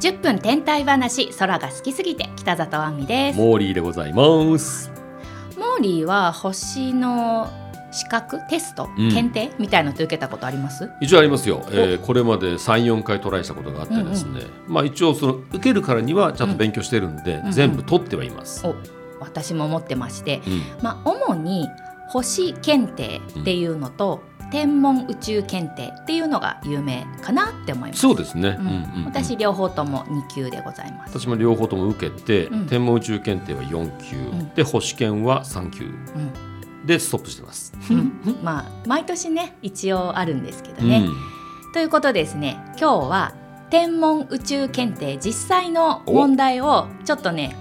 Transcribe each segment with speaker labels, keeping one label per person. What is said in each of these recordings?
Speaker 1: 10分天体話空が好きすぎて北里亜美ですモ
Speaker 2: モーリーでございます。
Speaker 1: ーリーは星の資格テスト、
Speaker 2: うん
Speaker 1: 検定みたいのって受けたことあります
Speaker 2: 一応ありますよ、えーこれまで34回トライしたことがあってですね、まあ、一応その受けるからにはちゃんと勉強してるんで、
Speaker 1: うん
Speaker 2: 全部取ってはいます。
Speaker 1: お私も持ってまして
Speaker 2: うん
Speaker 1: まあ主に星検定っていうのと、天文宇宙検定っていうのが有名かなって思います
Speaker 2: そうですね、
Speaker 1: うん
Speaker 2: うんうんうん
Speaker 1: 私両方とも2級でございます、
Speaker 2: 私も両方とも受けて、
Speaker 1: うん
Speaker 2: 天文宇宙検定は4級、
Speaker 1: ん
Speaker 2: で星検は3級
Speaker 1: うん
Speaker 2: でストップしてます。
Speaker 1: うんまあ毎年ね一応あるんですけどね、
Speaker 2: うん
Speaker 1: ということですね今日は天文宇宙検定実際の問題をちょっとね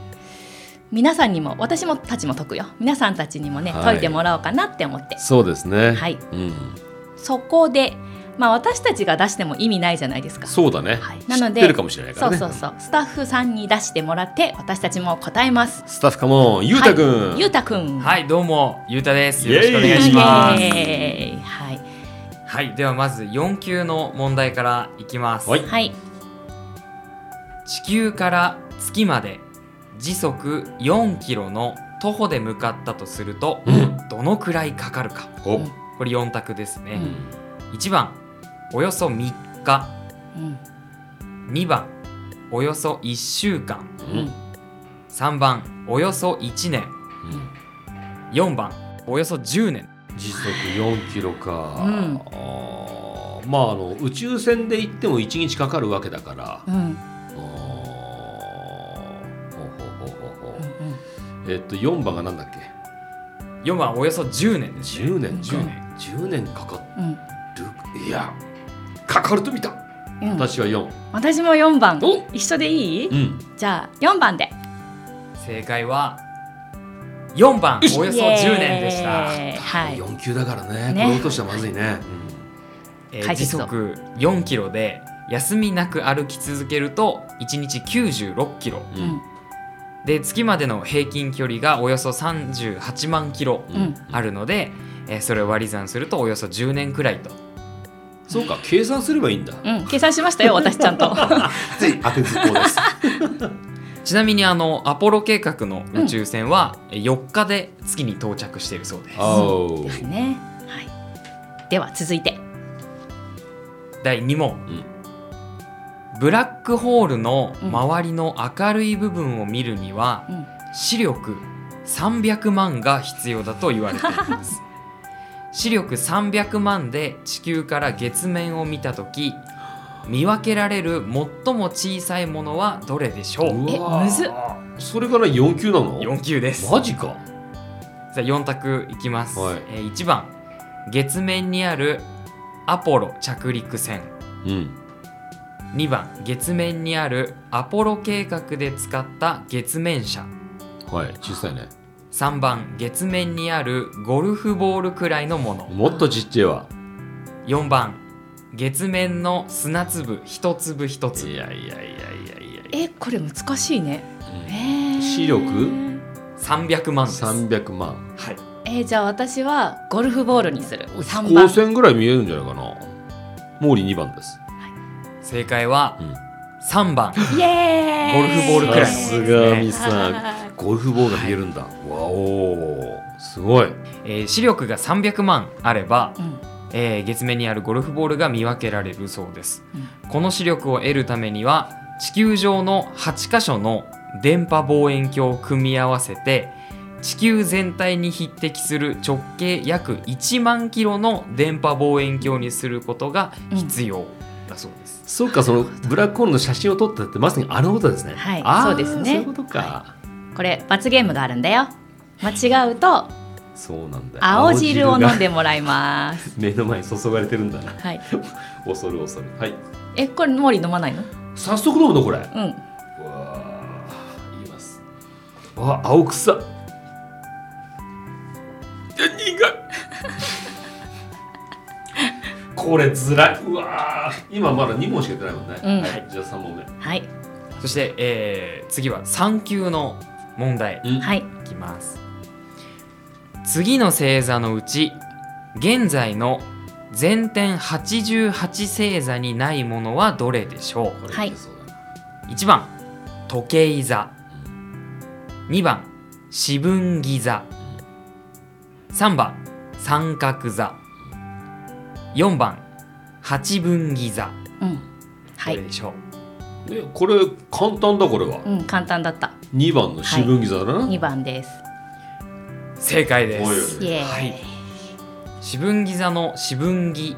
Speaker 1: 皆さんにも私もたちも解くよ皆さんたちにもね、
Speaker 2: はい
Speaker 1: 解いてもらおうかなって思って
Speaker 2: そうですね、
Speaker 1: はい
Speaker 2: うん、
Speaker 1: そこでまあ私たちが出しても意味ないじゃないですか
Speaker 2: そうだね、
Speaker 1: はいなので
Speaker 2: 知ってるかもしれないか
Speaker 1: そ
Speaker 2: ら
Speaker 1: う
Speaker 2: ね。
Speaker 1: そうそうスタッフさんに出してもらって私たちも答えます
Speaker 2: スタッフカモン、ゆうたくん、
Speaker 1: はい、ゆうたくん
Speaker 3: はい、どうも、ゆうたです。
Speaker 2: イエーイ
Speaker 3: よろしくお願いし
Speaker 1: は
Speaker 3: ま
Speaker 1: い
Speaker 3: す。
Speaker 1: はい
Speaker 3: はい、ではまず4級の問題からいきます。
Speaker 2: はい
Speaker 1: はい
Speaker 3: 地球から月まで時速4キロの徒歩で向かったとすると、
Speaker 2: うん
Speaker 3: どのくらいかかるか。
Speaker 2: お
Speaker 1: うん
Speaker 3: これ4択ですね。
Speaker 1: うん
Speaker 3: 1番、およそ3日。
Speaker 1: うん
Speaker 3: 2番、およそ1週間。
Speaker 2: うんうん
Speaker 3: 3番、およそ1年。4番、およそ10年。
Speaker 2: 時速4キロか、
Speaker 1: うん
Speaker 2: あーまああの宇宙船で行っても1日かかるわけだから、
Speaker 1: うんうん
Speaker 2: あーほうほうほうほうほ
Speaker 1: う
Speaker 2: うんえっと4番がなんだっけ
Speaker 3: 4番、およそ10年ですね。
Speaker 2: 10年か
Speaker 3: 10年
Speaker 2: 10年かか
Speaker 1: うん
Speaker 2: るいやかかると見た
Speaker 1: うん
Speaker 2: 私は4、
Speaker 1: 私も4番
Speaker 2: お
Speaker 1: 一緒でいい
Speaker 2: うん、
Speaker 1: じゃあ4番で
Speaker 3: 正解は4番およそ10年でし
Speaker 1: イエーイ
Speaker 3: た、
Speaker 1: はい
Speaker 2: 4級だからね
Speaker 1: ね
Speaker 2: これ落としたらまずいね、
Speaker 3: え
Speaker 1: 解
Speaker 3: ー、時
Speaker 1: 決を
Speaker 3: 速4キロで休みなく歩き続けると1日96キロ
Speaker 2: うん
Speaker 3: で月までの平均距離がおよそ38万キロ
Speaker 2: う
Speaker 1: うんん
Speaker 3: あるので、えーそれを割り算するとおよそ10年くらいと
Speaker 2: そうか計算すればいいんだ
Speaker 1: うん、うん、計算しましたよ私ちゃん と
Speaker 2: つい当てずっぽうです
Speaker 3: ちなみにあのアポロ計画の宇宙船はえー4日で月に到着しているそうです、
Speaker 2: お
Speaker 1: です
Speaker 2: ー
Speaker 1: ねはいでは続いて
Speaker 3: 第2問、
Speaker 2: うん
Speaker 3: ブラックホールの周りの明るい部分を見るには、
Speaker 1: うん
Speaker 3: 視力300万が必要だと言われています 視力300万で地球から月面を見た時見分けられる最も小さいものはどれでしょう
Speaker 1: え
Speaker 2: うわー
Speaker 1: むずっ
Speaker 2: それから4級なの
Speaker 3: 4級です
Speaker 2: マジか
Speaker 3: じゃあ4択いきます、
Speaker 2: はい
Speaker 3: え1番月面にあるアポロ着陸船
Speaker 2: うん
Speaker 3: 2番月面にあるアポロ計画で使った月面車
Speaker 2: はい小さいね
Speaker 3: 3番月面にあるゴルフボールくらいのもの
Speaker 2: もっとちっちゃいわ
Speaker 3: 4番月面の砂粒一粒一
Speaker 2: い
Speaker 3: 粒
Speaker 2: やいやいやいやいやいや
Speaker 1: えこれ難しいねえー
Speaker 2: 視力
Speaker 3: 300万です、はい、
Speaker 2: 300万
Speaker 1: えーじゃあ私はゴルフボールにする3
Speaker 2: 飛
Speaker 1: 番
Speaker 2: 行船ぐらい見えるんじゃないかなモーリー2番です
Speaker 3: 正解は
Speaker 2: うん
Speaker 3: 3番
Speaker 1: イエーイ
Speaker 3: ゴルフボールくらい
Speaker 2: さすがミさん
Speaker 1: はい
Speaker 2: ゴルフボールが見えるんだ、わおーすごい
Speaker 3: えー視力が300万あれば、
Speaker 1: うん
Speaker 3: えー月面にあるゴルフボールが見分けられるそうです、
Speaker 1: う
Speaker 3: この視力を得るためには地球上の8箇所の電波望遠鏡を組み合わせて地球全体に匹敵する直径約1万キロの電波望遠鏡にすることが必要だそうです、
Speaker 2: そうかそのブラックホールの写真を撮ったってまさにあのことですね
Speaker 1: はい
Speaker 2: あー
Speaker 1: そうですね
Speaker 2: そういうことか、
Speaker 1: これ罰ゲームがあるんだよ間違うと
Speaker 2: そうなんだよ
Speaker 1: 青汁を飲ん
Speaker 2: で
Speaker 1: でもらいます
Speaker 2: 目の前に注がれてるんだな
Speaker 1: はい
Speaker 2: 恐る恐るはい
Speaker 1: えこれモリ飲まないの
Speaker 2: 早速飲むのこれわ
Speaker 1: うん
Speaker 2: あ言いますあ青臭っいや苦 いこれずらいうわー今まだ2問しか出ないもんね、
Speaker 1: うん
Speaker 2: はいじゃあ3問目
Speaker 1: はい
Speaker 3: そして、えー次は3級の問題
Speaker 2: うん
Speaker 1: はい
Speaker 3: いきます次の星座のうち現在の全点88星座にないものはどれでしょう
Speaker 2: これ
Speaker 1: はい
Speaker 2: いけそうだな
Speaker 3: 1番時計座2番四分木座3番三角座4番八分木座
Speaker 1: うん、は
Speaker 3: ど
Speaker 1: い
Speaker 3: れ、でしょう、
Speaker 2: ねこれ簡単だこれは、
Speaker 1: うん、簡単だった。
Speaker 2: 2番の四分木座だな、
Speaker 1: 二番です。
Speaker 3: 正解で
Speaker 2: おいおい
Speaker 3: す
Speaker 1: イエーイ。
Speaker 3: はい四分木座の四分木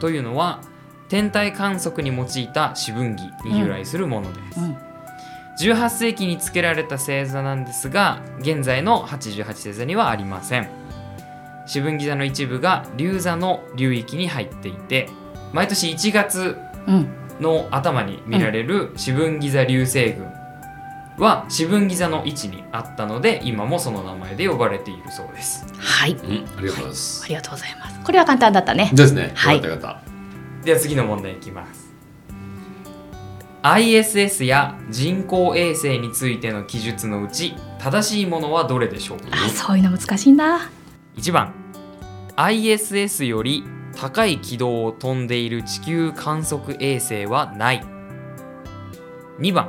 Speaker 3: というのは天体観測に用いた四分木に由来するものです、
Speaker 1: うん、
Speaker 3: 18世紀につけられた星座なんですが現在の88星座にはありません四分木座の一部が流座の流域に入っていて毎年1月
Speaker 1: うん、
Speaker 3: の頭に見られる四分木座流星群は四分木座の位置にあったので今もその名前で呼ばれているそうです
Speaker 1: はい、
Speaker 2: うん、ありがとうございます、
Speaker 1: ありがとうございます。これは簡単だったね。
Speaker 2: ですね、
Speaker 1: はい
Speaker 2: よかったよかっ
Speaker 3: では次の問題いきます ISS や人工衛星についての記述のうち正しいものはどれでしょうか
Speaker 1: あ、そういうの難しいんだ。
Speaker 3: 1番 ISS より高い軌道を飛んでいる地球観測衛星はない2番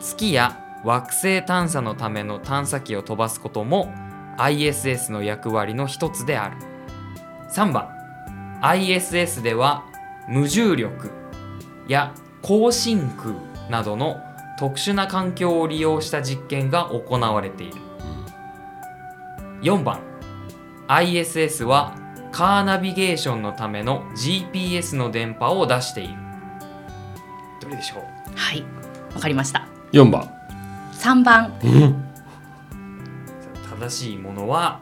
Speaker 3: 月や惑星探査のための探査機を飛ばすことも ISS の役割の一つである3番 ISS では無重力や高真空などの特殊な環境を利用した実験が行われている4番 ISS はカーナビゲーションのための GPS の電波を出しているどれでしょう
Speaker 1: はい、わかりました。
Speaker 2: た4番
Speaker 1: 三番、
Speaker 2: うん
Speaker 3: さあ正しいものは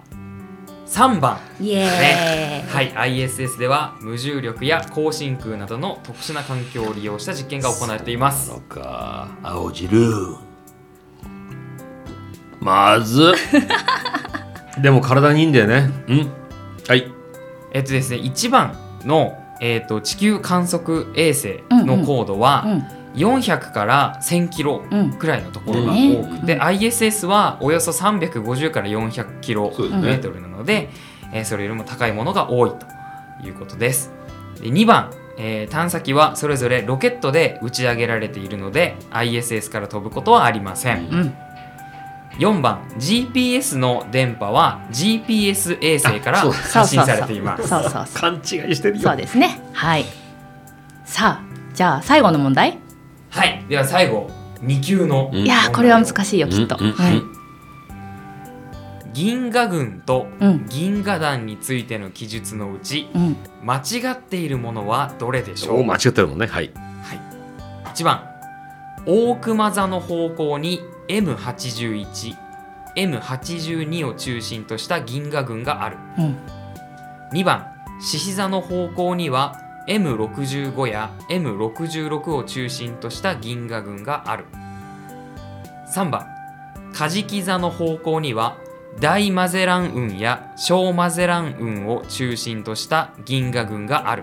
Speaker 3: 3番
Speaker 1: イエーイ。
Speaker 3: はい、ISS では無重力や高真空などの特殊な環境を利用した実験が行われています
Speaker 2: そうか青汁まずっ でも体にいいんだよねうんはい
Speaker 3: えっとですね1番の、えっと地球観測衛星の高度は、400から1000キロ
Speaker 1: うん、うん、
Speaker 3: くらいのところが
Speaker 2: うん
Speaker 3: 多くて、
Speaker 1: うん
Speaker 3: ISS はおよそ350から400キロ
Speaker 2: そうです
Speaker 1: うん
Speaker 3: メ
Speaker 2: ね
Speaker 3: ー、トルなので、えーそれよりも高いものが多いということです。で2番、えー探査機はそれぞれロケットで打ち上げられているので ISS から飛ぶことはありません。
Speaker 1: うん、
Speaker 3: 4番 GPS の電波は GPS 衛星から
Speaker 2: あそう
Speaker 3: 発信されています。
Speaker 1: そうそうそう。
Speaker 2: 勘違いしてるよ
Speaker 1: そうですね。はい。さあ、じゃあ最後の問題。
Speaker 3: はい、では最後2級の
Speaker 2: うん
Speaker 1: いやーこれは難しいよきっと。
Speaker 2: うんうんうん
Speaker 1: はい
Speaker 3: 銀河群と
Speaker 1: うん
Speaker 3: 銀河団についての記述のうち
Speaker 1: うん
Speaker 3: 間違っているものはどれでしょ
Speaker 2: お
Speaker 3: う
Speaker 2: 間違ってるもんねはい
Speaker 3: 1番大熊座の方向に M81M82 を中心とした銀河群がある
Speaker 1: うん
Speaker 3: 2番獅子座の方向には M65 や M66 を中心とした銀河群がある3番カジキ座の方向には大マゼラン雲や小マゼラン雲を中心とした銀河群がある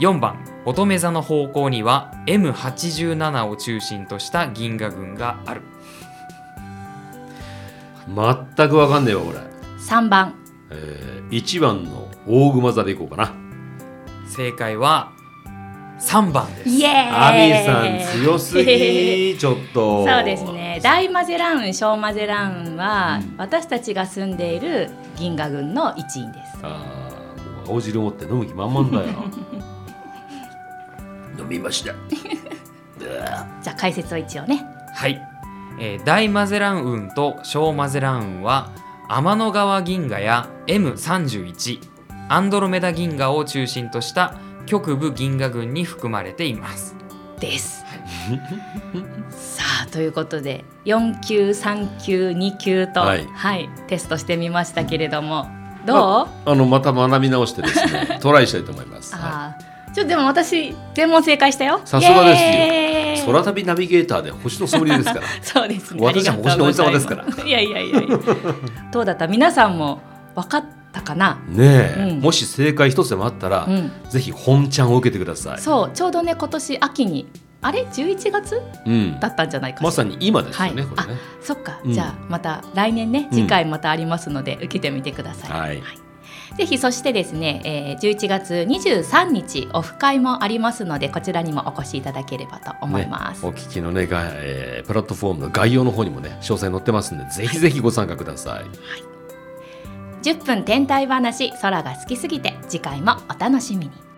Speaker 3: 4番乙女座の方向には M87 を中心とした銀河群がある
Speaker 2: 全くわかんねえわこれ、
Speaker 1: 三番。
Speaker 2: えー、1番の大熊座でいこうかな
Speaker 3: 正解は3番です
Speaker 1: イエーイ。
Speaker 2: アビーさん強すぎちょっと
Speaker 1: そうですね大マゼラウン小マゼラウンは、私たちが住んでいる銀河群の一員です
Speaker 2: あーもう青汁持って飲む気満々だよ 飲みました
Speaker 1: じゃあ解説を一応ね
Speaker 3: はい、えー大マゼラン雲と小マゼラン雲は天の川銀河や M31 アンドロメダ銀河を中心とした極部銀河群に含まれています
Speaker 1: ですさあということで4級3級2級と、は
Speaker 2: はいい
Speaker 1: テストしてみましたけれどもどう、
Speaker 2: あのまた学び直してですねトライしたいと思います、は
Speaker 1: あーちょっとでも私全問正解したよ
Speaker 2: さすがですよ
Speaker 1: イエ
Speaker 2: い、
Speaker 1: ーイ
Speaker 2: 空旅ナビゲーターで星のソムリエです から
Speaker 1: そうですね。
Speaker 2: 私は星の王子様ですから
Speaker 1: ありがとうございますいやいやいやいや。どうだった？皆さんも分かったかな？
Speaker 2: ねえ、
Speaker 1: うん
Speaker 2: もし正解一つでもあったら、
Speaker 1: うん。
Speaker 2: ぜひ本ちゃんを受けてください
Speaker 1: そう、ちょうどね今年秋にあれ11月
Speaker 2: う、ん
Speaker 1: だ、ったんじゃないかしら。
Speaker 2: まさに今ですよ
Speaker 1: は
Speaker 2: ね、
Speaker 1: い
Speaker 2: これね
Speaker 1: そっか、
Speaker 2: うん
Speaker 1: じゃあまた来年ね
Speaker 2: うん
Speaker 1: 次回またありますので受けてみてください。
Speaker 2: はい
Speaker 1: ぜひそしてですね、えー、11月23日オフ会もありますのでこちらにもお越しいただければと思います。
Speaker 2: ね、お聞きのねが、えープラットフォームの概要の方にもね詳細載ってますんでぜひぜひご参加ください。
Speaker 1: 10分天体話空が好きすぎて次回もお楽しみに。